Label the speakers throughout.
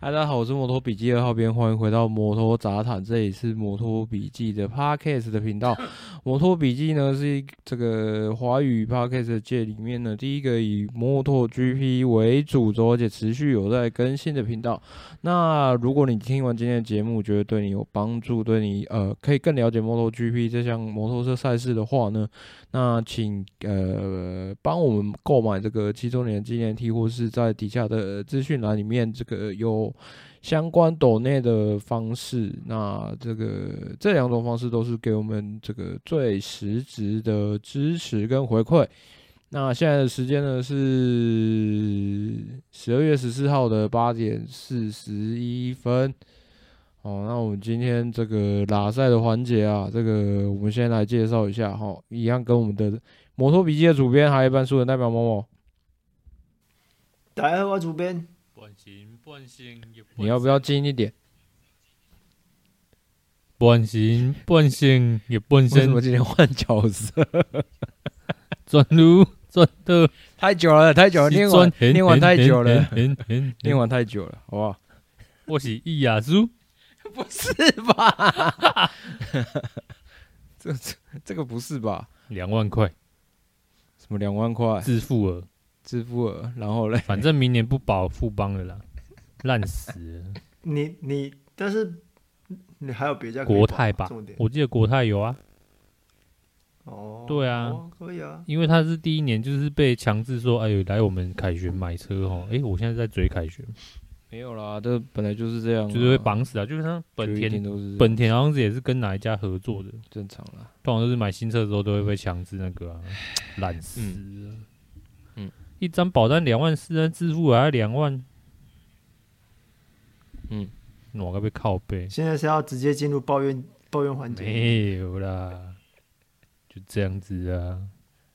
Speaker 1: 嗨，大家好，我是摩托笔记二号编，欢迎回到摩托杂谈，这里是摩托笔记的 podcast 的频道。摩托笔记呢是一这个华语 podcast 界里面呢第一个以摩托 GP 为主轴，而且持续有在更新的频道。那如果你听完今天的节目，觉得对你有帮助，对你呃可以更了解摩托 GP 这项摩托车赛事的话呢，那请呃帮我们购买这个七周年纪念 T，或是在底下的资讯栏里面这个有相关抖内的方式。那这个这两种方式都是给我们这个最实质的支持跟回馈。那现在的时间呢是十二月十四号的八点四十一分。哦，那我们今天这个拉赛的环节啊，这个我们先来介绍一下哈，一样跟我们的摩托笔记的主编还有一般书人代表某某，
Speaker 2: 大家好，我主编。
Speaker 3: 半身半身，
Speaker 1: 你要不要近一点？
Speaker 3: 半身半身也半
Speaker 1: 为什么
Speaker 3: 身
Speaker 1: 今天换角色？
Speaker 3: 转路转的
Speaker 1: 太久了，太久了，念完念完太久了，。念
Speaker 3: 另外，
Speaker 1: 完太久了，好不好？
Speaker 3: 我是易雅书，
Speaker 1: 不是吧？ 这这这个不是吧？
Speaker 3: 两万块
Speaker 1: 什么两万块
Speaker 3: 自付额，
Speaker 1: 支付额，然后嘞，
Speaker 3: 反正明年不保富邦了啦，烂死了。
Speaker 2: 你你，但是你还有别家可以
Speaker 3: 国
Speaker 2: 保
Speaker 3: 泰吧
Speaker 2: 重点，
Speaker 3: 我记得国泰有啊，
Speaker 2: 哦，
Speaker 3: 对啊
Speaker 2: 哦，可以啊。
Speaker 3: 因为他是第一年就是被强制说，哎呦，来我们凯旋买车哦。哎，我现在在追凯旋，
Speaker 1: 没有啦，这本来就是这样啊，
Speaker 3: 就是会绑死啊，就是像本
Speaker 1: 就一定
Speaker 3: 田，
Speaker 1: 都是
Speaker 3: 本田好像是也是跟哪一家合作的，
Speaker 1: 正常啦。
Speaker 3: 通常都是买新车的时候都会被强制那个啊，懒死了。
Speaker 1: 嗯
Speaker 3: 一张保单两万四，但自付额还两万。
Speaker 1: 嗯，
Speaker 3: 我该被靠背。
Speaker 2: 现在是要直接进入抱怨抱怨环节。
Speaker 3: 没有啦，就这样子啊。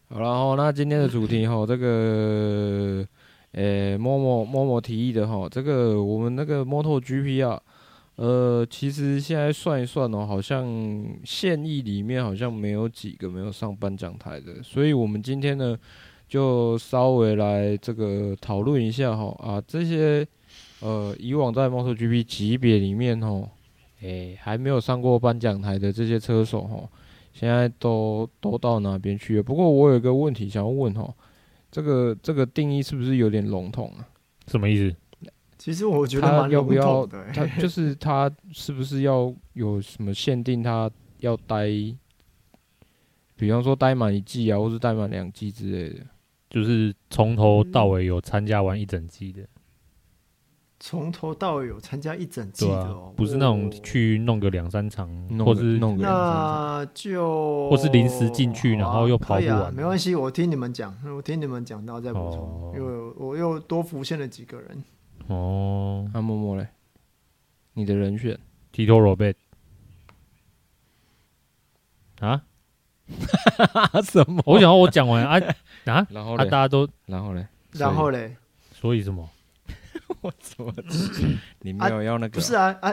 Speaker 1: 好了吼，那今天的主题吼，这个呃，默默默默提议的吼，这个我们那个 Moto GP 啊，呃，其实现在算一算哦，好像现役里面好像没有几个没有上颁奖台的，所以我们今天呢，就稍微来这个讨论一下哈啊，这些呃以往在 Moto GP 级别里面吼，诶、还没有上过颁奖台的这些车手吼，现在都都到哪边去了？不过我有一个问题想要问哈，这个这个定义是不是有点笼统 啊？
Speaker 3: 什么意思？
Speaker 2: 其实我觉得
Speaker 1: 他
Speaker 2: 蛮
Speaker 1: 要不
Speaker 2: 笼
Speaker 1: 要
Speaker 2: 统的、欸
Speaker 1: 他就是他是不是要有什么限定？他要待，比方说待满一季啊，或是待满两季之类的。
Speaker 3: 就是从头到尾有参加完一整季的，
Speaker 2: 从头到尾有参加一整季
Speaker 3: 对
Speaker 2: 的
Speaker 3: 啊
Speaker 2: 哦，，
Speaker 3: 不是那种
Speaker 2: 哦。
Speaker 3: 去弄个两三场，
Speaker 1: 弄
Speaker 3: 或
Speaker 1: 个
Speaker 3: 是
Speaker 1: 弄个人这样子
Speaker 2: 那就
Speaker 3: 或是临时进去
Speaker 2: 好啊
Speaker 3: 然后又跑不完
Speaker 2: 可以啊没关系，我听你们讲，我听你们讲，然后再补充，
Speaker 3: 哦
Speaker 2: 因为我又多浮现了几个人。
Speaker 3: 哦
Speaker 1: 啊那默默嘞，你的人选
Speaker 3: ，Tito Robert 啊，
Speaker 1: 啊什么？
Speaker 3: 我想我讲完啊啊
Speaker 1: 然后
Speaker 3: 啊，大
Speaker 1: 嘞，
Speaker 3: 家都
Speaker 1: 然后嘞，
Speaker 2: 然后嘞，
Speaker 3: 所以什么？
Speaker 1: 我怎么知？你没有要那个？
Speaker 2: 不是，啊啊，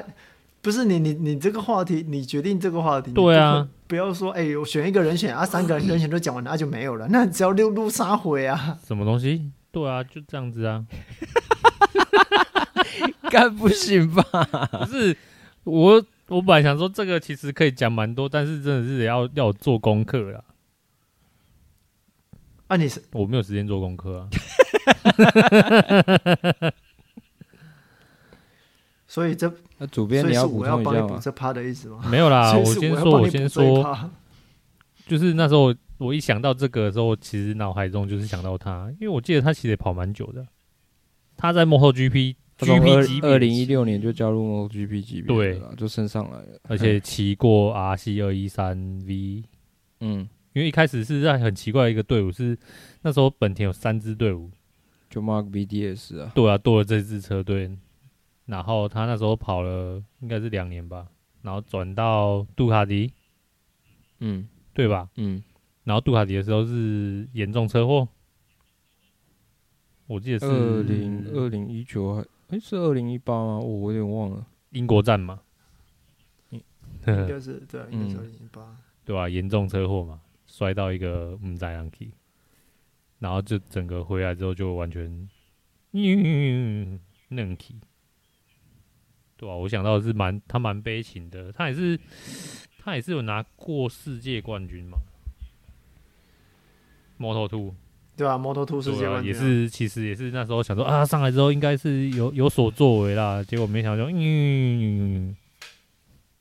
Speaker 2: 不是你你你这个话题，你决定这个话题，你
Speaker 3: 对啊
Speaker 2: 不可，不要说哎、我选一个人选啊，三个人人选都讲完了，那、啊就没有 了，那只要六路杀回啊，
Speaker 3: 什么东西？对啊，就这样子啊。
Speaker 1: 干不行吧？
Speaker 3: 不是我，我本来想说这个其实可以讲蛮多，但是真的是要要有做功课啦。
Speaker 2: 啊你是
Speaker 3: 我没有时间做功课啊。
Speaker 2: 所以这
Speaker 1: 那主
Speaker 2: 所
Speaker 1: 编
Speaker 2: 以
Speaker 1: 你
Speaker 2: 是
Speaker 1: 补
Speaker 2: 我
Speaker 1: 充
Speaker 2: 要
Speaker 1: 一
Speaker 2: 帮你
Speaker 1: 下
Speaker 2: 补
Speaker 1: 吗？
Speaker 2: 这趴的意思吗？
Speaker 3: 没有啦，
Speaker 2: 所以
Speaker 3: 啊我
Speaker 2: 是
Speaker 3: 先
Speaker 2: 要
Speaker 3: 说，
Speaker 2: 帮
Speaker 3: 我
Speaker 2: 你补
Speaker 3: 先
Speaker 2: 这一
Speaker 3: 说，
Speaker 2: 趴，
Speaker 3: 就是那时候我一想到这个的时候，其实脑海中就是想到他，因为我记得他其实也跑蛮久的，他在幕后 GP
Speaker 1: 他从二
Speaker 3: GP 级别
Speaker 1: 二零一六年就加入 MotoGP 级别
Speaker 3: 对
Speaker 1: 了啦，就升上来了。
Speaker 3: 而且骑过 RC 二一三 V，
Speaker 1: 嗯，
Speaker 3: 因为一开始是在很奇怪的一个队伍，是那时候本田有三支队伍，
Speaker 1: 就 Mark BDS 啊，
Speaker 3: 对啊，多了这支车队，然后他那时候跑了应该是两年吧，然后转到杜卡迪，
Speaker 1: 嗯
Speaker 3: 对吧？
Speaker 1: 嗯，
Speaker 3: 然后杜卡迪的时候是严重车祸，我记得
Speaker 1: 二零
Speaker 3: 是
Speaker 1: 二零一九还哎是二零一八吗？哦我我有点忘了。
Speaker 3: 英国站嘛，
Speaker 2: 应
Speaker 3: 对
Speaker 2: 该是对，应该是
Speaker 1: 嗯
Speaker 2: 二零一八，
Speaker 3: 吧、严重车祸嘛，摔到一个嗯在 l u 然后就整个回来之后就完全嗯 l u 对吧、我想到的是蛮他蛮悲情的，他也是他也是有拿过世界冠军嘛，Moto Two
Speaker 2: 对吧、摩托兔世界
Speaker 3: 对啊
Speaker 2: 冠军
Speaker 3: 也
Speaker 2: 啊
Speaker 3: 是其实也是那时候想说啊，上来之后应该是有有所作为啦，结果没想到就嗯，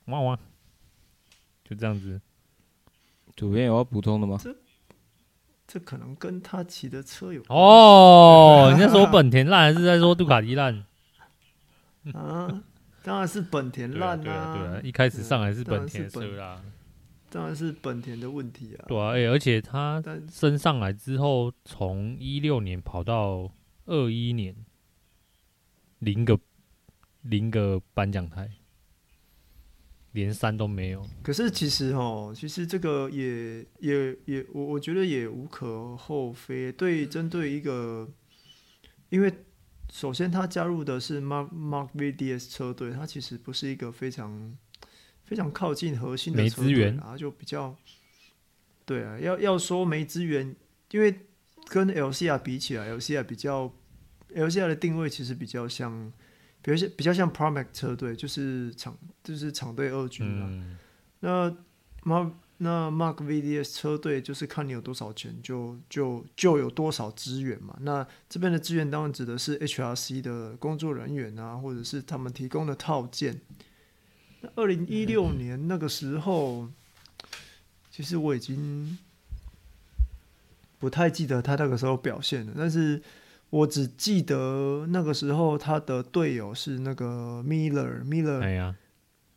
Speaker 3: 哇哇，就这样子。
Speaker 1: 主编有要补充的吗？
Speaker 2: 这可能跟他骑的车有关
Speaker 3: 哦，你在说本田烂还是在说杜卡迪烂？
Speaker 2: 啊，当然是本田
Speaker 3: 对啊，
Speaker 2: 烂
Speaker 3: 对啊，对啊，一开始上来是本田
Speaker 2: 当然是
Speaker 3: 车啦，
Speaker 2: 当然是本田的问题啊。
Speaker 3: 对啊，哎，而且他
Speaker 2: 但
Speaker 3: 升上来之后，从一六年跑到二一年，零个零个颁奖台，连三都没有。
Speaker 2: 可是其实哦，其实这个也也也，我我觉得也无可厚非。对，针对一个，因为首先他加入的是 Mark Mark VDS 车队，他其实不是一个非常非常靠近核心的
Speaker 3: 没
Speaker 2: 车
Speaker 3: 资
Speaker 2: 队
Speaker 3: 源
Speaker 2: 啊，就比较对啊。要要说没资源，因为跟 LCR 比起来，LCR 比较 LCR 的定位其实比较像，比较像比较像 Pramac 车队，就是厂就是厂队二军啊。
Speaker 3: 嗯，
Speaker 2: 那 Mark 那 Mark VDS 车队就是看你有多少钱就就就有多少资源嘛。那这边的资源当然指的是 HRC 的工作人员啊，或者是他们提供的套件。那二零一六年那个时候，其实我已经不太记得他那个时候表现了，但是我只记得那个时候他的队友是那个 Miller Miller
Speaker 3: 哎呀，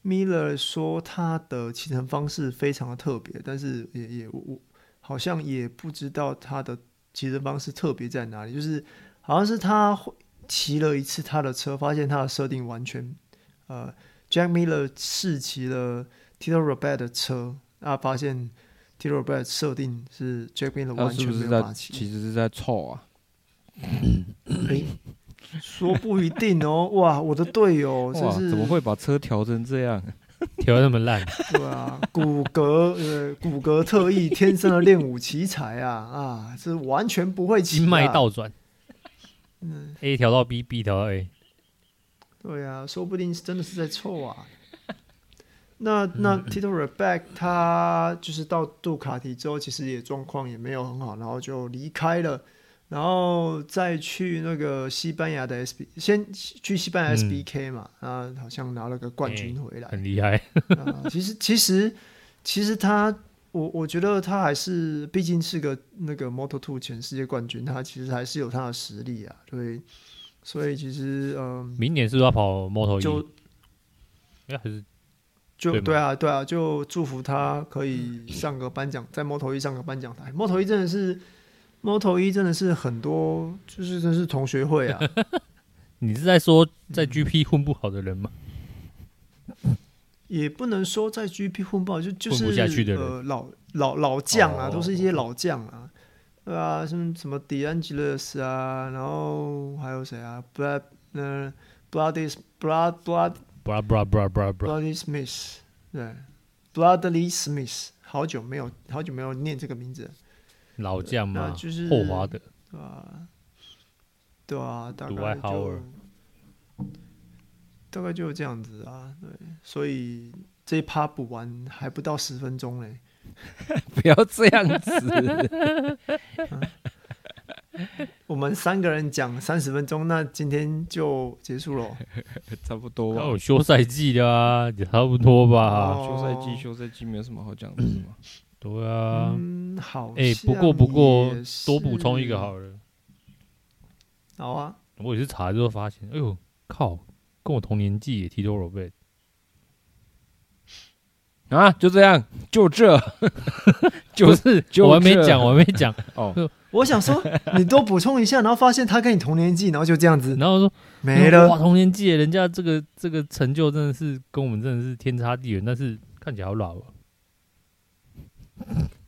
Speaker 2: Miller 说他的骑乘方式非常的特别，但是也也我我好像也不知道他的骑乘方式特别在哪里，就是好像是他会骑了一次他的车，发现他的设定完全呃，Jack Miller 试骑了 Tito Rabat 的车，那发现 Tito Rabat 设定是 Jack Miller
Speaker 1: 他
Speaker 2: 完
Speaker 1: 是
Speaker 2: 全
Speaker 1: 不
Speaker 2: 没
Speaker 1: 是
Speaker 2: 有
Speaker 1: 在
Speaker 2: 办法 骑。
Speaker 1: 其实是在凑啊？
Speaker 2: 诶说不一定哦，哇，我的队友真
Speaker 1: 哇，
Speaker 2: 是
Speaker 1: 怎么会把车调成这样？
Speaker 3: 调得那么 烂，
Speaker 2: 对啊，骨骼呃，骨骼特异，天生的练武奇才啊啊，是完全不会骑、啊。
Speaker 3: 经脉倒转
Speaker 2: 嗯，
Speaker 3: ，A 调到 B，B 调到 A，
Speaker 2: 对啊，说不定真的是在凑啊。那那
Speaker 3: 嗯
Speaker 2: Tito Reback 他就是到杜卡迪之后，其实也状况也没有很好，然后就离开了，然后再去那个西班牙的 SB，先去西班牙
Speaker 3: 嗯
Speaker 2: SBK 嘛，啊、好像拿了个冠军回来。
Speaker 3: 很厉害。
Speaker 2: 啊，其实其实其实他，我我觉得他还是，毕竟是个那个 Moto Two 全世界冠军，他其实还是有他的实力啊。对，所以其实嗯，
Speaker 3: 明年是不是要跑 Moto
Speaker 2: 就
Speaker 3: 一？哎，还是
Speaker 2: 就
Speaker 3: 对吗嗯
Speaker 2: 对啊对啊，就祝福他可以上个颁奖，在 Moto 一上个颁奖台。Moto 一真的是 Moto 一真的是很多，就是真是同学会啊。
Speaker 3: 你是在说
Speaker 2: 嗯
Speaker 3: 在 GP 混不好的人吗？
Speaker 2: 也不能说在 GP 混不好，就就是
Speaker 3: 混不下去的人
Speaker 2: 呃、老老老将啊，
Speaker 3: 哦
Speaker 2: 都是一些老将啊，对啊，什么什么 d e a n g e l s 啊，然后还有谁啊，Blood 呃 Bloody Blood Blood
Speaker 3: 布拉布拉布拉布拉布拉，
Speaker 2: Bloody Smith 对，Bloodly Smith，好久没有好久没有念这个名字了，
Speaker 3: 老将
Speaker 2: 那
Speaker 3: 嘛，
Speaker 2: 就是
Speaker 3: 霍华德。
Speaker 2: 对啊，对啊，大
Speaker 3: 独
Speaker 2: 概
Speaker 3: 爱
Speaker 2: 就
Speaker 3: Howard
Speaker 2: 大概就这样子啊，对，所以这一趴补完还不到十分钟嘞，
Speaker 1: 不要这样 子，
Speaker 2: 我们三个人讲三十分钟，那今天就结束了。
Speaker 1: 差不多
Speaker 3: 还
Speaker 1: 吧
Speaker 3: 有。休赛季的啊，也差不多吧。
Speaker 2: 哦
Speaker 1: 休赛季，休赛季没有什么好讲的，是吗？
Speaker 3: 对啊，
Speaker 2: 嗯，好像
Speaker 3: 哎
Speaker 2: 也是。
Speaker 3: 不过不过多补充一个好了，
Speaker 2: 好啊，
Speaker 3: 我也是查之后发现，哎呦靠，跟我同年纪也 Tito r o b e
Speaker 1: 啊，就这样，就这
Speaker 3: 不，
Speaker 1: 就是就
Speaker 3: 我还没
Speaker 1: 这
Speaker 3: 讲，我还没讲。
Speaker 1: 哦，
Speaker 2: 我想说你多补充一下，然后发现他跟你同年纪，然后就这样 子
Speaker 3: 然后说
Speaker 2: 没
Speaker 3: 哇，
Speaker 2: 了。
Speaker 3: 同年纪的人家这个这个成就真的是跟我们真的是天差地远，但是看起来好老啊，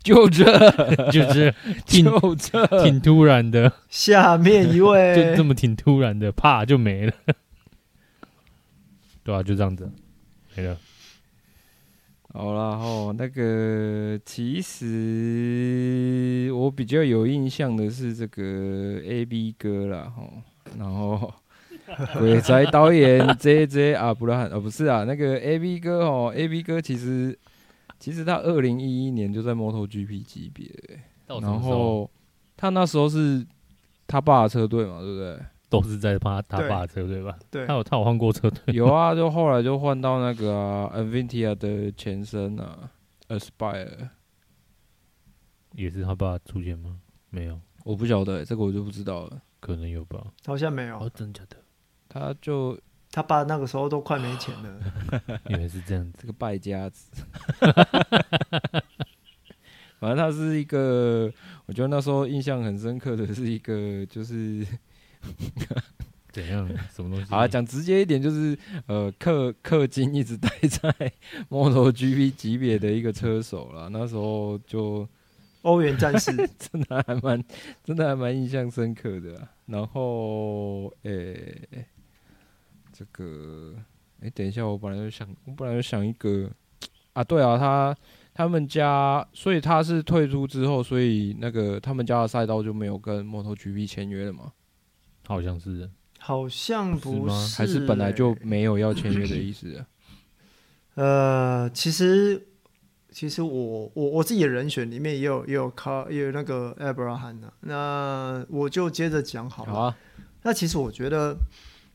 Speaker 1: 就这，
Speaker 3: 就是挺
Speaker 1: 就这。
Speaker 3: 挺突然的，
Speaker 2: 下面一
Speaker 3: 就
Speaker 2: 位
Speaker 3: 这么挺突然的，啪就没了。对啊，就这样子没了。
Speaker 1: 好啦，吼，那个其实我比较有印象的是这个 A B 哥啦，吼，然后鬼才导演 J J 啊，不然啊不是啊，那个 A B 哥哦，A B 哥其实其实他二零一一年就在 MotoGP 级别了，
Speaker 3: 哦到什么
Speaker 1: 然
Speaker 3: 时候
Speaker 1: 后他那时候是他爸的车队嘛，对不对？
Speaker 3: 都是在他他
Speaker 2: 对
Speaker 3: 爸的车队吧？
Speaker 2: 对
Speaker 3: 他，有他有换过车队，
Speaker 1: 有啊，就后来就换到那个啊 Aventia 的前身啊，Aspire。
Speaker 3: 也是他爸出钱吗？没有，
Speaker 1: 我不晓得欸、这个我就不知道了。
Speaker 3: 可能有吧。
Speaker 2: 好像没有
Speaker 3: 哦，，真的假的？
Speaker 1: 他就
Speaker 2: 他爸那个时候都快没钱了，
Speaker 3: 原来是这样子。
Speaker 1: 这个败家子， 反正他是一个，我觉得那时候印象很深刻的是一个，就是
Speaker 3: 怎样？什么东西？
Speaker 1: 好啊，讲直接一点，就是呃，氪氪金一直待在 MotoGP 级别的一个车手啦。那时候就
Speaker 2: 欧元战士
Speaker 1: 真的还蛮，真的还蛮印象深刻的啊、然后，诶、这个，诶、等一下，我本来就想，我本来就想一个，啊，对啊，他他们家，所以他是退出之后，所以那个他们家的赛道就没有跟 MotoGP 签约了嘛？
Speaker 3: 好像是
Speaker 2: 好像不
Speaker 3: 是吗
Speaker 2: 是，
Speaker 1: 还是本来就没有要签约的意思啊？
Speaker 2: 呃，其实其实我我我自己的人选里面也有也有卡也有那个 Abraham 啊，那我就接着讲好了。
Speaker 1: 好啊，
Speaker 2: 那其实我觉得，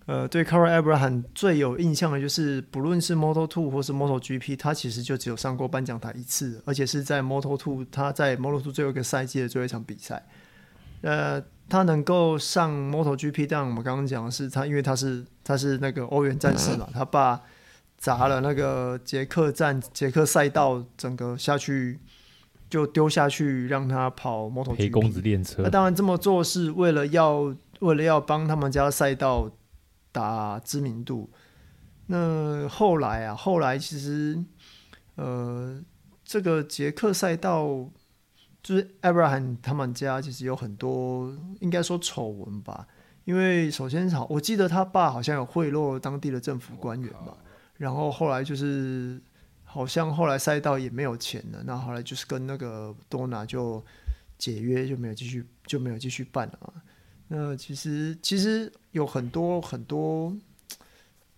Speaker 2: 呃，对 c a r l Abraham 最有印象的就是，不论是 Moto Two 或是 Moto GP，他其实就只有上过颁奖台一次，而且是在 Moto Two，他在 Moto Two 最后一个赛季的最后一场比赛。呃，他能够上 Moto GP，但我们刚刚讲的是他，因为他是他是那个欧元战士嘛，他爸砸了那个捷克站捷克赛道，整个下去就丢下去，让他跑 Moto
Speaker 3: 陪公
Speaker 2: GP
Speaker 3: 子。练车
Speaker 2: 那，当然这么做是为了要为了要帮他们家赛道打知名度。那后来啊，后来其实呃，这个捷克赛道就是 Abraham 他们家其实有很多应该说丑闻吧，因为首先好，我记得他爸好像有贿赂当地的政府官员吧，然后后来就是好像后来赛道也没有钱了，那后来就是跟那个多拿就解约，就没有继续就没有继续办了嘛。啊那其实其实有很多很多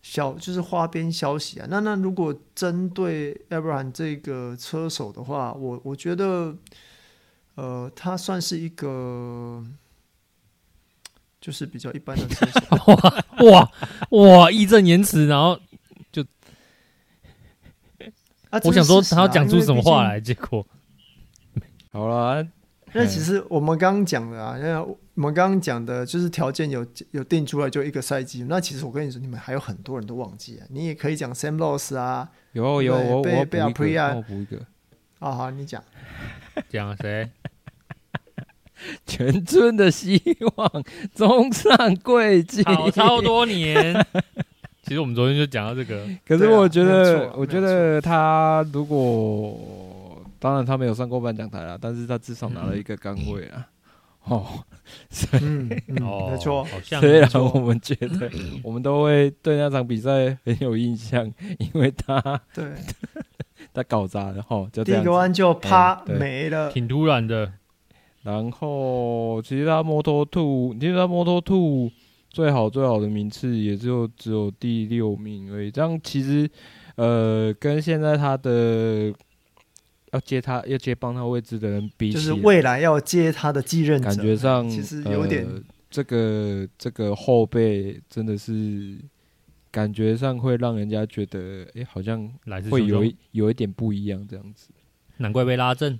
Speaker 2: 小就是花边消息啊。那那如果针对 Abraham 这个车手的话，我我觉得，呃，他算是一个就是比较一般的车手。
Speaker 3: 哇哇，义正言辞，然后
Speaker 2: 啊、
Speaker 3: 我
Speaker 2: 这
Speaker 3: 想
Speaker 2: 是
Speaker 3: 说
Speaker 2: 事实
Speaker 3: 他
Speaker 2: 啊
Speaker 3: 要讲出什么话？来，结果
Speaker 1: 好啊啦，
Speaker 2: 因为毕竟那
Speaker 3: 嗯
Speaker 2: 其实我们刚刚讲的啊，那我们刚刚讲的就是条件有有定出来就一个赛季。那其实我跟你说，你们还有很多人都忘记啊。你也可以讲 Sam Loss 啊，
Speaker 1: 有啊有啊，
Speaker 2: 对
Speaker 1: 我我
Speaker 2: 被
Speaker 1: 要
Speaker 2: 被
Speaker 1: 补一
Speaker 2: Aprilia-
Speaker 1: 个，那我补一个，
Speaker 2: 啊好，你 讲
Speaker 3: 讲谁？
Speaker 1: 全村的希望中上贵境，
Speaker 3: 好超多年。其实我们昨天就讲到这个，
Speaker 1: 可是我觉
Speaker 2: 对啊没有
Speaker 1: 得，
Speaker 2: 错啊
Speaker 1: 我觉得他如果当然他没有上过颁奖台啦，但是他至少拿了一个杆位啊。哦，虽
Speaker 2: 嗯，嗯
Speaker 3: 哦，
Speaker 2: 没错，
Speaker 3: 好像
Speaker 1: 虽
Speaker 3: 没
Speaker 1: 然
Speaker 3: 错
Speaker 1: 我们觉 得我们都会对那场比赛很有印象，因为他
Speaker 2: 对，
Speaker 1: 他搞砸了哈，就
Speaker 2: 第
Speaker 1: 这样
Speaker 2: 一个
Speaker 1: 子。
Speaker 2: 弯就啪
Speaker 3: 哦
Speaker 1: 哎对
Speaker 2: 没了，
Speaker 3: 挺突然的，
Speaker 1: 然后其实他 Moto Two，其实他 Moto Two 最好最好的名次也就只有第六名而已。这样其实呃，跟现在他的呃要接他要接帮他位置的人比起
Speaker 2: 就
Speaker 1: 来，
Speaker 2: 是未来要接他的继任者，
Speaker 1: 感觉上
Speaker 2: 其实有点
Speaker 1: 呃、这个这个后辈真的是感觉上会让人家觉得，哎、好像
Speaker 3: 来自
Speaker 1: 会
Speaker 3: 熊
Speaker 1: 有
Speaker 3: 中，
Speaker 1: 一有一点不一样这样子，
Speaker 3: 难怪被拉正，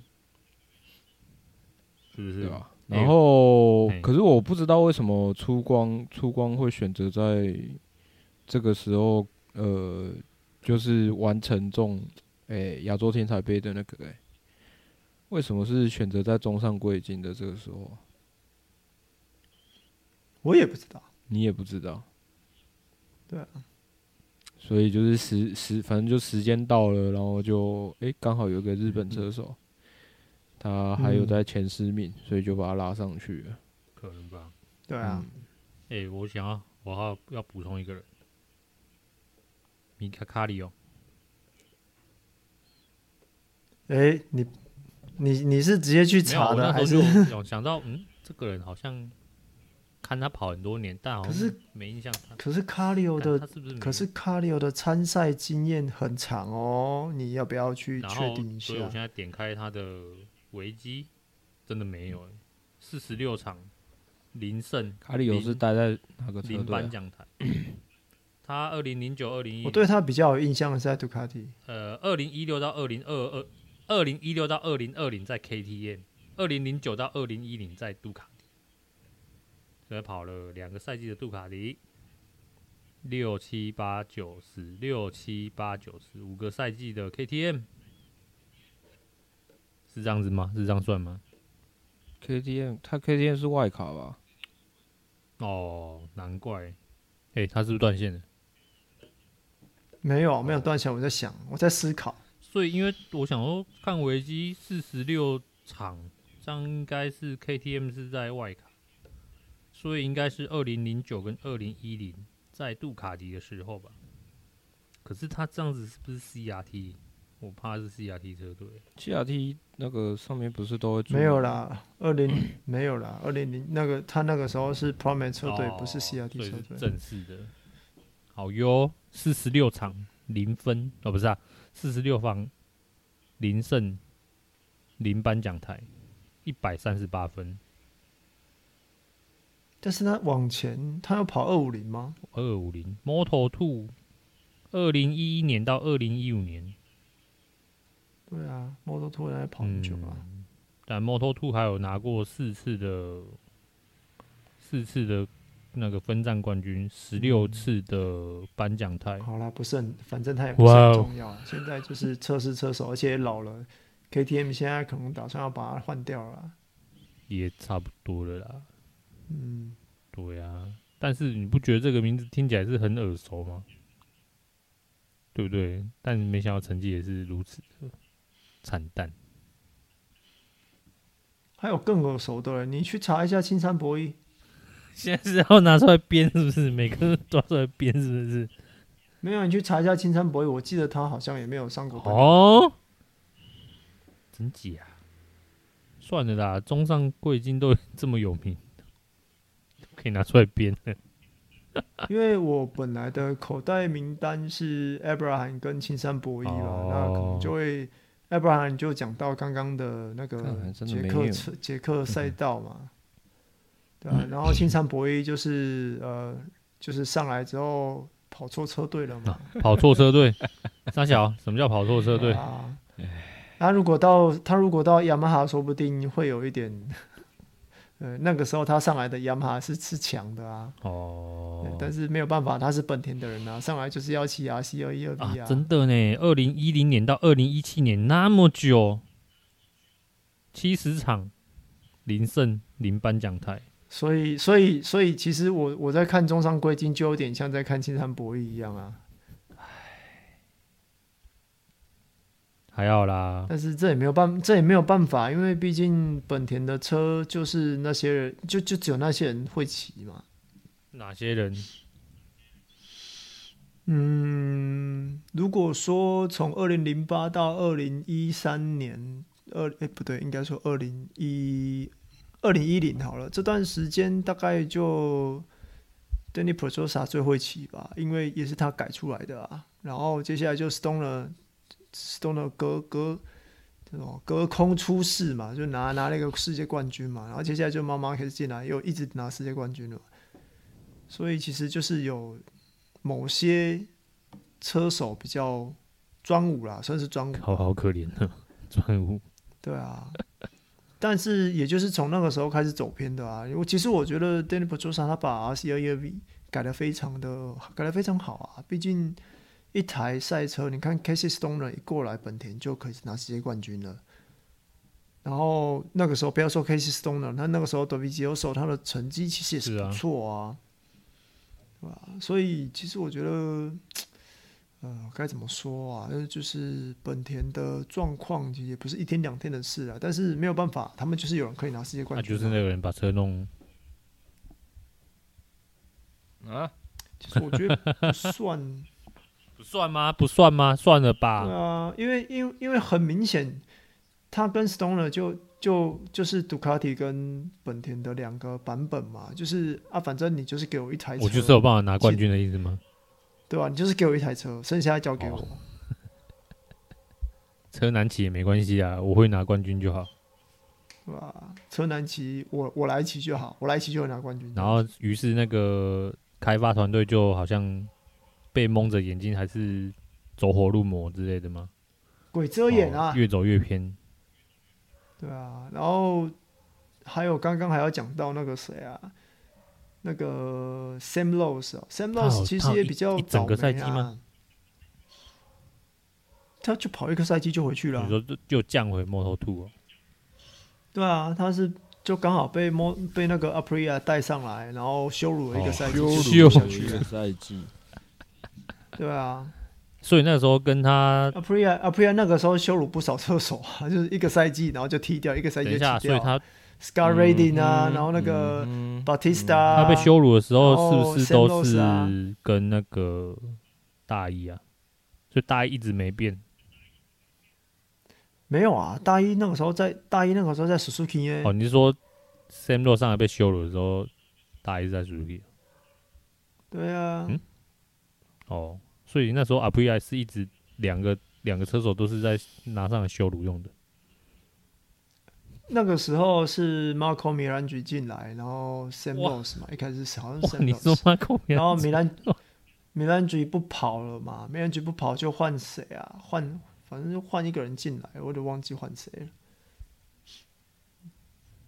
Speaker 3: 是不
Speaker 1: 对
Speaker 2: 啊
Speaker 3: 是？
Speaker 1: 吧？
Speaker 3: 哎
Speaker 1: 然后，
Speaker 3: 哎
Speaker 1: 可是我不知道为什么出光出光会选择在呃这个时候，呃，就是完成中诶亚洲天才杯的那个、诶为什么是选择在中上贵境的这个时候？
Speaker 2: 我也不知道，
Speaker 1: 你也不知道。
Speaker 2: 对啊
Speaker 1: 所以就是时时，反正就时间到了，然后就诶，刚、好有一个日本车手，他还有
Speaker 2: 嗯
Speaker 1: 在前十名，所以就把他拉上去了。
Speaker 3: 可能吧。
Speaker 2: 对啊，
Speaker 3: 哎、我想要，我要要补充一个人，米卡卡里哦，
Speaker 2: 哎、你你你是直接去
Speaker 3: 没有，
Speaker 2: 查
Speaker 3: 我
Speaker 2: 的
Speaker 3: 那
Speaker 2: 还
Speaker 3: 时候
Speaker 2: 是？
Speaker 3: 就有想到，嗯，这个人好像看他跑很多年，但好像
Speaker 2: 可是
Speaker 3: 没印象他。
Speaker 2: 可是 Cardio
Speaker 3: 看
Speaker 2: 的
Speaker 3: 他是不是没
Speaker 2: 可是卡里奥的参赛经验很长哦，你要不要去
Speaker 3: 然
Speaker 2: 确
Speaker 3: 后，
Speaker 2: 定一
Speaker 3: 所以我
Speaker 2: 下
Speaker 3: 现？在点开他的维基，真的没有、欸，四十六场零胜
Speaker 1: 卡里有是
Speaker 3: 零
Speaker 1: 待在哪个车
Speaker 3: 零
Speaker 1: 队
Speaker 3: 颁
Speaker 1: 啊？
Speaker 3: 奖台。 他二零零九、二零一
Speaker 2: 我，对他比较有印象的是在杜卡迪，
Speaker 3: 呃，二零一六到二零二二，二零一六到二零二零在 KTM，二零零九到二零一零在杜卡迪，所以跑了两个赛季的杜卡迪，六七八九十，六七八九十五个赛季的 KTM，是这样子吗？是这样算吗？
Speaker 1: KTM，他 KTM 是外卡吧？
Speaker 3: 哦，难怪，哎、他是不是断线了？
Speaker 2: 没有啊
Speaker 3: 哦
Speaker 2: 没有断线，我在想，我在思考，
Speaker 3: 所以因为我想说，看维基四十六场，这样应该是 KTM 是在外卡，所以应该是二零零九跟二零一零在杜卡迪的时候吧。可是他这样子是不是 CRT？我怕是 CRT 车队。
Speaker 1: GRT 那个上面不是都会注
Speaker 2: 没有啦，二零没有啦，二零零那个他那个时候是 Prime 车队，不是
Speaker 3: 哦
Speaker 2: CRT
Speaker 3: 所以
Speaker 2: 车
Speaker 3: 是
Speaker 2: 队。
Speaker 3: 正式的。好哟，四十六场零分哦，不是啊，四十六方零胜零颁奖台，一百三十八分，
Speaker 2: 但是他往前，他要跑二五零吗？
Speaker 3: 二五零 Moto Two，二零一一年到二零一五年，
Speaker 2: 对啊，摩托突然跑很久啊。
Speaker 3: 嗯但 Moto Two 还有拿过四次的四次的那个分站冠军，十六次的颁奖台，
Speaker 2: 好啦，不是很，反正他也不是
Speaker 3: 嗯哇
Speaker 2: 很
Speaker 3: 哦
Speaker 2: 重要。啊现在就是测试车手，而且也老了，KTM 现在可能打算要把他换掉了啦。
Speaker 3: 也差不多了啦。
Speaker 2: 嗯，
Speaker 3: 对呀、但是你不觉得这个名字听起来是很耳熟吗？对不对？但没想到成绩也是如此的惨淡。
Speaker 2: 还有更耳熟的人，你去查一下青山博一。
Speaker 3: 现在是要拿出来编是不是？每个都抓出来编是不是？
Speaker 2: 没有，你去查一下青山博一，我记得他好像也没有上过班。
Speaker 3: 哦，真假、算了啦，中上贵金都这么有名，可以拿出来编了。
Speaker 2: 因为我本来的口袋名单是 Abraham 跟青山博一啦，
Speaker 3: 哦
Speaker 2: 那可能就会 Abraham 就讲到刚刚的那
Speaker 1: 干
Speaker 2: 个
Speaker 1: 还真的
Speaker 2: 捷
Speaker 1: 没
Speaker 2: 克
Speaker 1: 有嗯
Speaker 2: 车捷克赛道嘛，对啊，然后青山博一就是呃就是上来之后跑错车队了
Speaker 1: 啊
Speaker 2: 嘛，
Speaker 3: 跑错车 队，沙小，什么叫跑错车队？
Speaker 2: 啊，他如果到他如果到雅马哈，说不定会有一点， 呃，那个时候他上来的雅马哈是是强的啊。对
Speaker 3: 哦，
Speaker 2: 但是没有办法，他是本田的人啊，上来就是要骑 R C 二一二 B
Speaker 3: 啊
Speaker 2: 啊，，
Speaker 3: 真的呢，二零一零年到二零一七年那么久，七十场零胜零颁奖台，
Speaker 2: 所以所以所以其实我我在看中上归金，就有点像在看青山博弈一样啊，
Speaker 3: 还好啦。
Speaker 2: 但是这也没有办这也没有办法，因为毕竟本田的车就是那些人，就就只有那些人会骑嘛，
Speaker 3: 哪些人？
Speaker 2: 嗯，如果说从二零零八到二零一三年，二哎不对，应该说二零一二零一零好了，这段时间大概就 Danny p r o d o s a 最会骑吧，因为也是他改出来的啊。然后接下来就 Stoner Stoner 隔隔这种隔空出世嘛，就拿拿那个世界冠军嘛。然后接下来就妈妈开始进来，又一直拿世界冠军了。所以其实就是有某些车手比较专武啦，算是专武，
Speaker 3: 好好可怜啊，专武。
Speaker 2: 对啊。但是也就是从那个时候开始走偏的啊。我其实我觉得 Danny p e t r o s a 他把 RC 二一 V 改的非常的改的非常好啊，毕竟。一台赛车，你看 Casey Stoner 一过来，本田就可以拿世界冠军了。然后那个时候，不要说 Casey Stoner，他那个时候 d o v i g i o s o 他的成绩其实也是
Speaker 3: 是啊
Speaker 2: 不错啊，对吧、所以其实我觉得，呃，该怎么说啊？呃就是本田的状况其实也不是一天两天的事啊，但是没有办法，他们就是有人可以拿世界
Speaker 3: 那、
Speaker 2: 冠军
Speaker 3: 就
Speaker 2: 啊、
Speaker 3: 是那个人把车弄，
Speaker 1: 啊？
Speaker 2: 其实我觉得不 算。
Speaker 3: 不算吗？不算吗？算了
Speaker 2: 对
Speaker 3: 吧。
Speaker 2: 啊，因为因为因为很明显，他跟 Stoner 就就就是杜卡迪跟本田的两个版本嘛，就是啊，反正你就是给我一台车，
Speaker 3: 我就是有办法拿冠军的意思吗？
Speaker 2: 对吧、啊你就是给我一台车，剩下交给我。
Speaker 3: 哦车难骑也没关系啊，我会拿冠军就好。
Speaker 2: 对吧？车难骑，我我来骑就好，我来骑就会拿冠军。
Speaker 3: 然后，于是那个开发团队就好像被蒙着眼睛，还是走火入魔之类的吗？
Speaker 2: 鬼遮眼啊
Speaker 3: 哦，越走越偏。
Speaker 2: 对啊，然后还有刚刚还要讲到那个谁啊，那个 Sam l o s e s a m
Speaker 3: 他有
Speaker 2: Lowe 其实
Speaker 3: 他有
Speaker 2: 也
Speaker 3: 一
Speaker 2: 比较
Speaker 3: 一整个
Speaker 2: 倒霉
Speaker 3: 赛季吗
Speaker 2: 啊？他就跑一个赛季就回去了啊
Speaker 3: 你，说就就降回 Moto Two 哦，
Speaker 2: 对啊，他是就刚好被摸被那个 Aprilia 带上来，然后羞辱了一个
Speaker 3: 哦
Speaker 2: 赛季，
Speaker 1: 羞
Speaker 2: 就
Speaker 1: 辱
Speaker 2: 下
Speaker 1: 了
Speaker 2: 去
Speaker 1: 一个
Speaker 2: 了，
Speaker 1: 赛季，
Speaker 2: 对啊，
Speaker 3: 所以那时候跟他
Speaker 2: Aprilia Aprilia 那个时候羞辱不少车手啊， 就是一个赛季，然后就踢掉，一个赛
Speaker 3: 等
Speaker 2: 季
Speaker 3: 一
Speaker 2: 就
Speaker 3: 下，
Speaker 2: 踢
Speaker 3: 所以
Speaker 2: 掉。
Speaker 3: 他嗯
Speaker 2: Scar Radin 啊，然后那个
Speaker 1: 嗯
Speaker 2: Batista，、
Speaker 3: 他被羞辱的时
Speaker 2: 然
Speaker 3: 候，
Speaker 2: 后
Speaker 3: 是不是都
Speaker 2: Santos 啊
Speaker 3: 是跟那个大一啊？所以大一一直没变
Speaker 2: 没有啊？大一那个时候在大一那个时候在 Suzuki 耶、
Speaker 3: 哦。你是说 Sam Lo 上来被羞辱的时候，大一是在 Suzuki
Speaker 2: 对啊，
Speaker 3: 嗯哦？所以那时候 a p r i l 是一直两个两个车手都是在拿上来羞辱用的。
Speaker 2: 那个时候是 Marco Mirangi 进来，然后 Sam
Speaker 3: 哇
Speaker 2: Rose 嘛，一开始是好像
Speaker 3: 哇
Speaker 2: 是，Sam
Speaker 3: 你说
Speaker 2: Rose，
Speaker 3: Michael
Speaker 2: 然后
Speaker 3: Milan-
Speaker 2: Miran Mirangi 不跑了嘛，Mirangi 不跑就换谁啊？换反正就换一个人进来，我都忘记换谁了。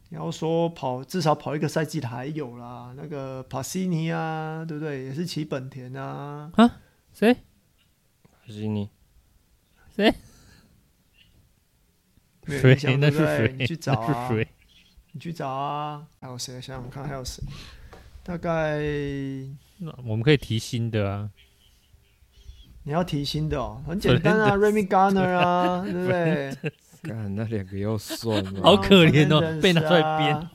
Speaker 2: 你要说跑，至少跑一个赛季的还有啦，那个帕西尼啊，对不对？也是骑本田啊，
Speaker 3: 谁？
Speaker 1: 可惜你
Speaker 2: 没有印
Speaker 3: 谁？
Speaker 2: 象
Speaker 3: 那
Speaker 2: 对
Speaker 3: 是
Speaker 2: 不对？你
Speaker 3: 谁
Speaker 2: 去？找
Speaker 3: 那
Speaker 2: 啊
Speaker 3: 是，谁？
Speaker 2: 你去找啊。还有谁？想想看，还有谁？大概你
Speaker 3: 那我们可以提新的啊。
Speaker 2: 要提新的哦，很简单 啊，Remy Garner 啊，对不对？
Speaker 1: 干那两个要算吗？
Speaker 3: 好可怜哦
Speaker 2: 然后 Fernandez 啊
Speaker 3: 被拿出来编。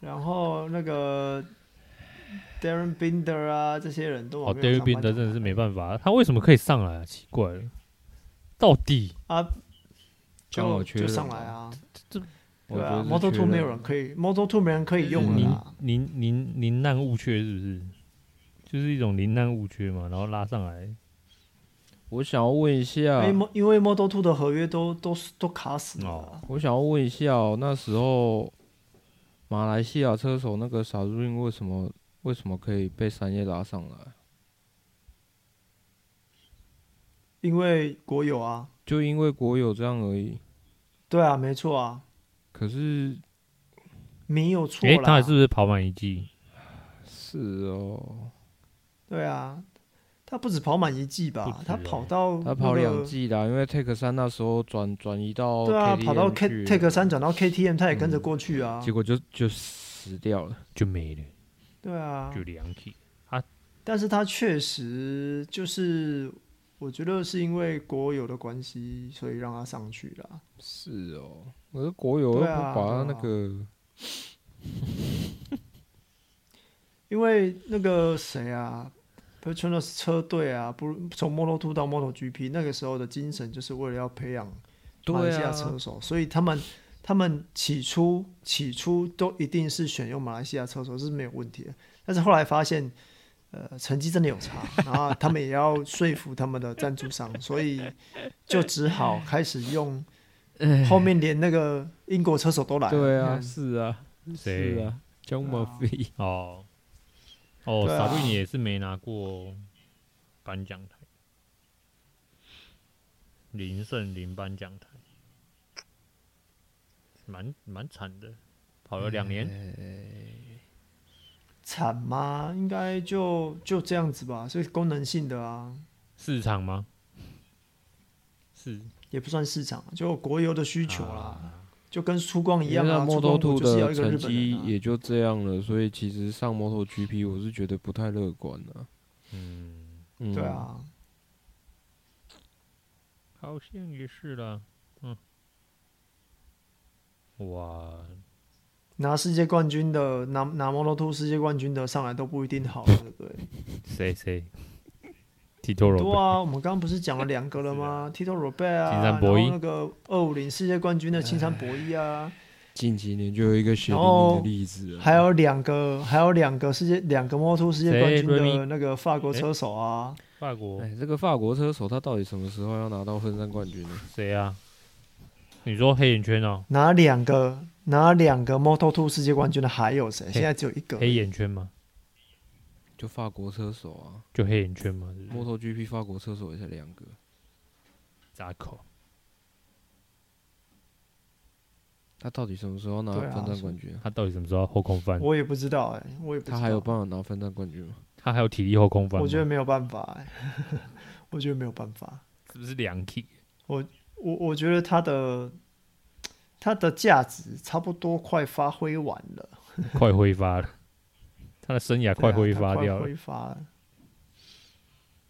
Speaker 2: 然后那个 Darren Binder 啊，这些人都
Speaker 3: 哦
Speaker 2: 往没有上
Speaker 3: ，David b i n
Speaker 2: 班
Speaker 3: d
Speaker 2: 族
Speaker 3: 真的是没办法，他为什么可以上来啊？奇怪了，到底
Speaker 2: 啊，
Speaker 1: 刚好
Speaker 2: 就
Speaker 1: 缺
Speaker 2: 就
Speaker 1: 人
Speaker 2: 上
Speaker 1: 啊
Speaker 2: 来啊，
Speaker 1: 我
Speaker 2: 对
Speaker 1: 觉得
Speaker 2: 啊
Speaker 1: 是
Speaker 2: ，Model
Speaker 1: 缺
Speaker 2: Two 没有
Speaker 1: 人
Speaker 2: 人可以，Model Two 没人可以用了
Speaker 3: 您
Speaker 2: 啦。
Speaker 3: 您您您难勿缺是不是？就是一种临难勿缺嘛，然后拉上来，
Speaker 1: 我想要问一
Speaker 3: 啊
Speaker 1: 下，
Speaker 2: 因为因为 Model Two 的合约都都都卡死了啊，
Speaker 1: 我想要问一下、哦，那时候马来西亚车手那个傻子令为什么为什么可以被三叶拉上来？
Speaker 2: 因为国有啊，
Speaker 1: 就因为国有这样而已。
Speaker 2: 对啊，没错啊，
Speaker 1: 可是
Speaker 2: 没有错
Speaker 3: 诶，
Speaker 2: 啦。
Speaker 3: 他还是不是跑满一季？
Speaker 1: 是哦，
Speaker 2: 对啊，他不止跑满一季
Speaker 3: 不
Speaker 2: 吧
Speaker 3: 止，
Speaker 2: 他
Speaker 3: 欸
Speaker 2: 跑到
Speaker 1: 他跑
Speaker 2: 那个
Speaker 1: 两季啦，因为 Take 三那时候转转移到
Speaker 2: 对啊，
Speaker 1: KTM
Speaker 2: 跑到 K
Speaker 1: 去
Speaker 2: Take 三转到 KTM，他也跟着
Speaker 1: 嗯
Speaker 2: 过去啊。
Speaker 1: 结果就就死掉了。
Speaker 3: 就没了，
Speaker 2: 对啊
Speaker 3: 就，两起。
Speaker 2: 但是他确实就是，我觉得是因为国有的关系，所以让他上去了。
Speaker 1: 是哦，可是国有又不
Speaker 2: 对啊
Speaker 1: 把他那
Speaker 2: 对啊
Speaker 1: 个，
Speaker 2: 因为那个谁啊 p e t r o n a s 车队啊，不从 Moto Two 到 Moto GP，那个时候的精神就是为了要培养马来西
Speaker 1: 对
Speaker 2: 亚
Speaker 1: 啊，
Speaker 2: 车手，所以他们他们起初起初都一定是选用马来西亚车手这是没有问题的，但是后来发现，呃，成绩真的有 差，然后他们也要说服他们的赞助商，所以就只好开始用，后面连那个英国车手都来了，
Speaker 1: 对
Speaker 2: 你
Speaker 1: 啊，
Speaker 2: 看
Speaker 1: 是啊，
Speaker 3: 谁
Speaker 1: 是啊，江马
Speaker 2: 啊
Speaker 1: 飞。
Speaker 3: 哦哦，
Speaker 2: 对啊
Speaker 3: 傻瑞也是没拿过颁奖台，林胜林颁奖台，蛮蛮惨的，跑了两年。
Speaker 2: 嗯惨吗？应该就就这样子吧，所以功能性的啊，
Speaker 3: 市场吗？是
Speaker 2: 也不算市场，就国油的需求啦，
Speaker 3: 啊
Speaker 2: 就跟粗光一
Speaker 1: 因
Speaker 2: 样
Speaker 1: 为
Speaker 2: 啊，
Speaker 1: 摩托
Speaker 2: 粗
Speaker 1: 兔
Speaker 2: 光谷就是要
Speaker 1: 的
Speaker 2: 一个
Speaker 1: 成
Speaker 2: 日本人、
Speaker 1: 绩
Speaker 2: 啊。
Speaker 1: 也就这样了，所以其实上摩托 GP 我是觉得不太乐观的、
Speaker 3: 嗯，
Speaker 1: 嗯，
Speaker 2: 对，啊，
Speaker 3: 好像也是啦。嗯，哇，
Speaker 2: 拿世界冠军的，拿拿摩托兔世界冠军的上来都不一定好，对不对？
Speaker 3: 谁谁
Speaker 4: Tito
Speaker 2: 对
Speaker 4: Robe，
Speaker 2: 啊，我们刚刚不是讲了两个了吗？Tito Robe 啊，
Speaker 4: 青
Speaker 2: 然
Speaker 4: 山
Speaker 2: 后
Speaker 4: 博一
Speaker 2: 那个二五零世界冠军的青山博一啊，
Speaker 1: 近几年就有一个血淋
Speaker 2: 然后
Speaker 1: 淋的例子了，
Speaker 2: 还有两个，还有两个世界两个摩托世界冠军
Speaker 3: 谁
Speaker 2: 的
Speaker 3: ？Remy？
Speaker 2: 那个法国车手啊，
Speaker 3: 法国
Speaker 1: 哎，这个法国车手他到底什么时候要拿到分站冠军呢？
Speaker 3: 谁啊？你说黑眼圈哦，
Speaker 2: 拿两个拿两个 Moto Two 世界冠军的还有谁？现在只有一个。
Speaker 3: 黑眼圈嘛，
Speaker 1: 就法国车手啊
Speaker 3: 就黑眼圈嘛，是不是
Speaker 1: ，MotoGP 法国车手也才两个，
Speaker 3: 扎口。
Speaker 1: 他到底什么时候拿
Speaker 2: 对啊
Speaker 1: 分站
Speaker 2: 是
Speaker 1: 冠军啊？
Speaker 3: 他到底什么时候后空翻？
Speaker 2: 我也不知道哎、我也不知道。
Speaker 1: 他还有办法拿分站冠军吗？
Speaker 3: 他还有体力后空翻吗？
Speaker 2: 我觉得没有办法哎、 我觉得没有办法。
Speaker 3: 是不是两 k
Speaker 2: 我我觉得他的他的价值差不多快发挥完了，
Speaker 3: 快挥发了？ 他的生涯快挥
Speaker 2: 对啊他
Speaker 3: 发
Speaker 2: 快
Speaker 3: 掉了。
Speaker 2: 挥发了。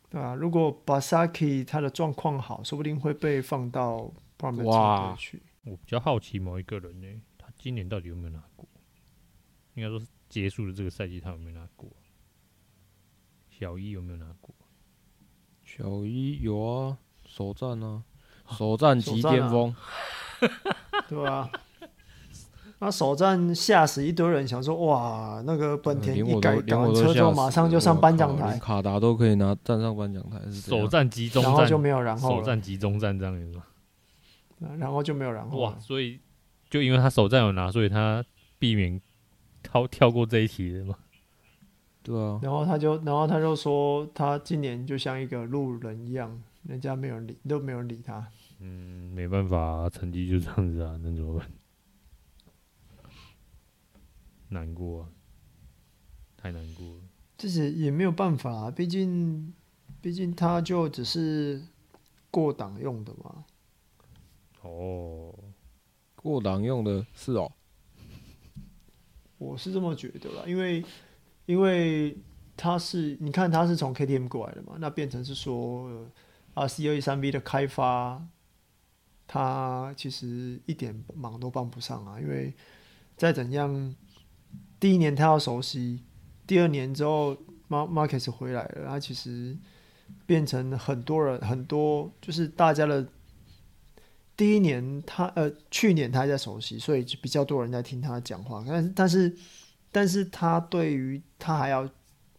Speaker 2: 对啊，如果 Basaki 他的状况好，说不定会被放到 p r o m
Speaker 1: 哇
Speaker 2: 去。
Speaker 3: 我比较好奇某一个人呢、他今年到底有没有拿过？应该说是结束的这个赛季，他有没有拿过？小一有没有拿过？
Speaker 1: 小一有啊，首战啊，首战即
Speaker 2: 首战啊
Speaker 1: 巅峰，
Speaker 2: 对吧、那首战吓死一堆人，想说哇，那个本田
Speaker 1: 呃连
Speaker 2: 一
Speaker 1: 我
Speaker 2: 改
Speaker 1: 都
Speaker 2: 改
Speaker 1: 连
Speaker 2: 完
Speaker 1: 我都
Speaker 2: 车
Speaker 1: 吓
Speaker 2: 之后，
Speaker 1: 死
Speaker 2: 马上
Speaker 1: 了
Speaker 2: 就上
Speaker 1: 我
Speaker 2: 颁奖
Speaker 1: 靠连
Speaker 2: 台，
Speaker 1: 卡达都可以拿站上颁奖台是怎样
Speaker 3: 首战集中
Speaker 2: 啊然后
Speaker 3: 战，
Speaker 2: 就没有然后
Speaker 3: 首
Speaker 2: 了，
Speaker 3: 战集中战这样子吗？
Speaker 2: 然后就没有然后
Speaker 3: 哇，
Speaker 2: 了。
Speaker 3: 所以就因为他首战有拿，所以他避免跳跳过这一题的嘛。
Speaker 1: 对啊，
Speaker 2: 然后他就，然后他就说，他今年就像一个路人一样，人家没有人理，都没有人理他。
Speaker 3: 嗯，没办法、成绩就这样子啊，能怎么办？难过、啊，太难过了。
Speaker 2: 这是也没有办法、啊，毕竟，毕竟他就只是过档用的嘛。
Speaker 3: 哦，
Speaker 1: 过档用的是哦，
Speaker 2: 我是这么觉得啦，因为因为他是你看他是从 KTM 过来的嘛，那变成是说 R C 二一三 V 的开发，他其实一点忙都帮不上啊，因为再怎样，第一年他要熟悉，第二年之后 Mar Marcus 回来了，他其实变成很多人很多就是大家的。第一年他呃，去年他在熟悉，所以就比较多人在听他讲话。但是但是但是他对于他还要，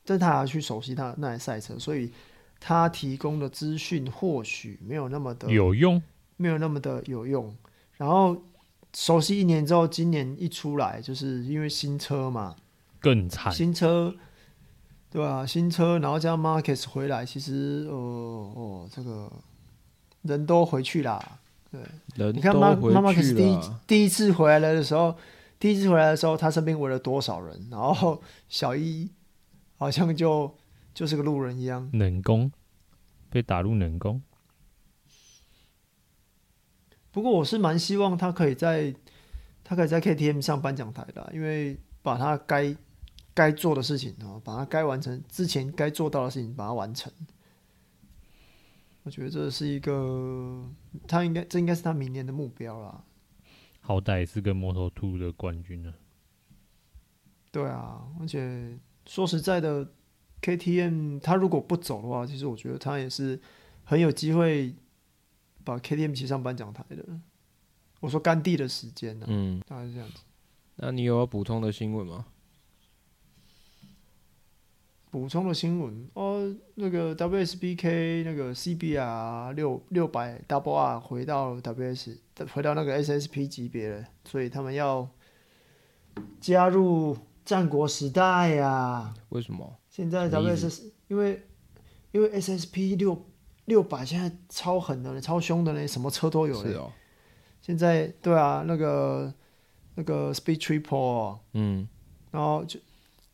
Speaker 2: 但他还要去熟悉他那台赛车，所以他提供的资讯或许没有那么的
Speaker 3: 有用，
Speaker 2: 没有那么的有用。然后熟悉一年之后，今年一出来，就是因为新车嘛，
Speaker 3: 更惨。
Speaker 2: 新车，对啊，新车，然后加 Marcus 回来，其实呃哦，这个人都回去啦。
Speaker 1: 人
Speaker 2: 你看
Speaker 1: 都
Speaker 2: 妈
Speaker 1: 回
Speaker 2: 妈妈克
Speaker 1: 去
Speaker 2: 斯第一
Speaker 1: 了啊，
Speaker 2: 第一次回来了的时候，第一次回来的时候，他身边围了多少人？然后小一好像就就是个路人一样。
Speaker 3: 冷宫，被打入冷宫。
Speaker 2: 不过我是蛮希望他可以在他可以在 KTM 上颁奖台的啊，因为把他该该做的事情哦，把他该完成之前该做到的事情把它完成。我觉得这是一个，他应该这应该是他明年的目标啦。
Speaker 3: 好歹也是个摩托兔的冠军啊。
Speaker 2: 对啊，而且说实在的，KTM 他如果不走的话，其实我觉得他也是很有机会把 KTM 骑上颁奖台的。我说甘地的时间呢、
Speaker 1: 嗯，
Speaker 2: 大概是这样子。
Speaker 1: 那你有要补充的新闻吗？
Speaker 2: 补充的新闻哦，那个 WSBK 那个 CBR 六六百 Double R 回到 WS 回到那个 SSP 级别了，所以他们要加入战国时代呀、
Speaker 1: 为什么？
Speaker 2: 现在
Speaker 3: 什么意
Speaker 2: WS 因为因为 SSP 六六百现在超狠的嘞，超凶的嘞，什么车都有
Speaker 1: 是
Speaker 3: 啊
Speaker 2: 嘞。
Speaker 1: 哦，
Speaker 2: 现在对啊，那个那个 Speed Triple 哦
Speaker 1: 嗯，
Speaker 2: 然后就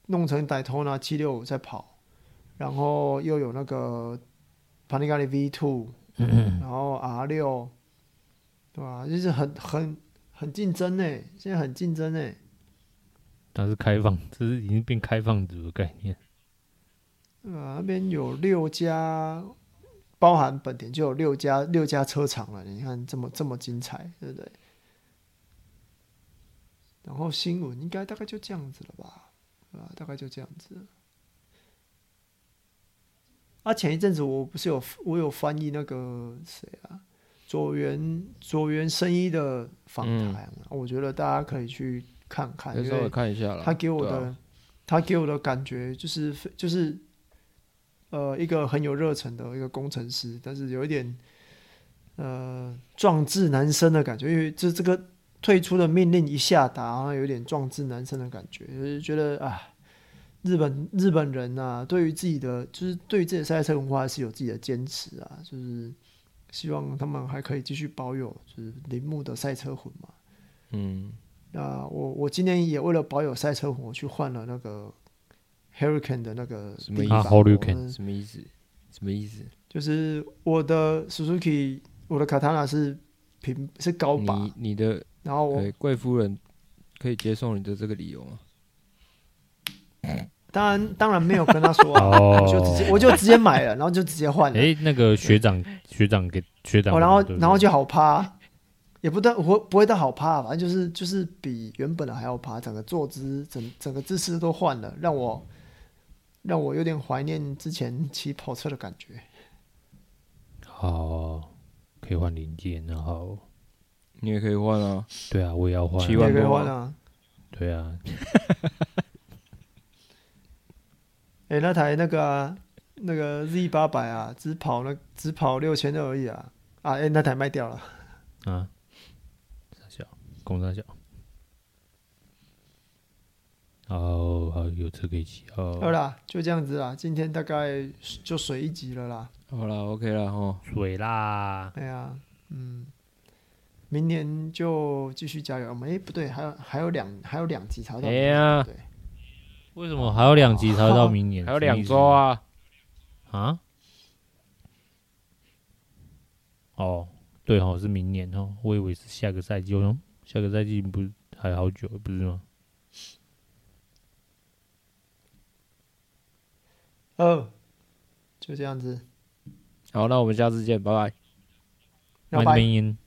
Speaker 2: 弄成歹头拿七六五在跑，然后又有那个 Panigale V two，然后 R 六，对吧、就是很很很竞争呢，现在很竞争呢。
Speaker 3: 但是开放，这是已经变开放组的概念。
Speaker 2: 呃，那边有六家，包含本田就有六家六家车厂了。你看这么这么精彩，对不对？然后新闻应该大概就这样子了吧，对吧？大概就这样子了。啊，前一阵子我不是有我有翻译那个谁啊，佐原佐原生一的访谈、啊我觉得大家可以去看看，
Speaker 1: 可以
Speaker 2: 因
Speaker 1: 稍微
Speaker 2: 为
Speaker 1: 看一下了。
Speaker 2: 他给我
Speaker 1: 对啊
Speaker 2: 的、他给我的感觉就是非就是呃一个很有热忱的一个工程师，但是有一点呃壮志难伸的感觉，因为这这个退出的命令一下达，好像有点壮志难伸的感觉，就是觉得啊。日本日本人呐、对于自己的就是对于自己的赛车文化还是有自己的坚持啊，就是希望他们还可以继续保有就是铃木的赛车魂嘛。
Speaker 1: 嗯，
Speaker 2: 那我我今年也为了保有赛车魂，我去换了那个 Hurricane 的那个
Speaker 1: 什么意
Speaker 2: 地
Speaker 1: 思啊
Speaker 2: 板
Speaker 3: ，Hurricane
Speaker 2: 嗯
Speaker 1: 什么意思？什么意思？
Speaker 2: 就是我的 Suzuki，我的 Katana 是平是高把
Speaker 1: 你，你的
Speaker 2: 然后我
Speaker 1: 对贵夫人可以接受你的这个理由吗？
Speaker 2: 当然当然没有跟他说、啊，
Speaker 3: 哦
Speaker 2: 我就直接我就直接买了，然后就直接换了，
Speaker 3: 哎，那个学长学长给学长，
Speaker 2: 哦，然后
Speaker 3: 对不对
Speaker 2: 然后就好趴，也不到我不会到好趴，反正就是就是比原本的还要趴，整个坐姿整整个姿势都换了，让我让我有点怀念之前骑跑车的感觉。
Speaker 3: 好，哦可以换零件，然后
Speaker 1: 你也可以换啊。
Speaker 3: 对啊，我也要换，
Speaker 1: 七
Speaker 2: 你
Speaker 1: 万
Speaker 2: 也可以
Speaker 1: 多
Speaker 2: 换
Speaker 1: 吗
Speaker 2: 啊。
Speaker 3: 对啊，
Speaker 2: 哎、那台那个啊，那个 Z 八百啊，只跑那只跑六千二而已啊。啊，哎、那台卖掉了。
Speaker 3: 啊，傻小，公傻小。哦，好有车可以骑
Speaker 2: 好
Speaker 3: 哦，
Speaker 2: 啦，就这样子啦。今天大概就水一集了啦。
Speaker 1: 好啦 o k 啦哈。
Speaker 3: 水啦，
Speaker 2: 哎呀，嗯，明年就继续加油。我们哎、不对，还有还有两还有两集才到明
Speaker 1: 哎
Speaker 2: 年。
Speaker 1: 呀，
Speaker 2: 对，
Speaker 3: 为什么还有两集才到明年？
Speaker 1: 还有两周啊。
Speaker 3: 什么意思啊？哦，对哦，是明年哦，我以为是下个赛季，我想下个赛季不是还好久，不是吗？
Speaker 2: 哦，就这样子。
Speaker 1: 好，那我们下次见，拜拜。
Speaker 2: 那
Speaker 3: 麦
Speaker 2: 拜。
Speaker 3: 明年。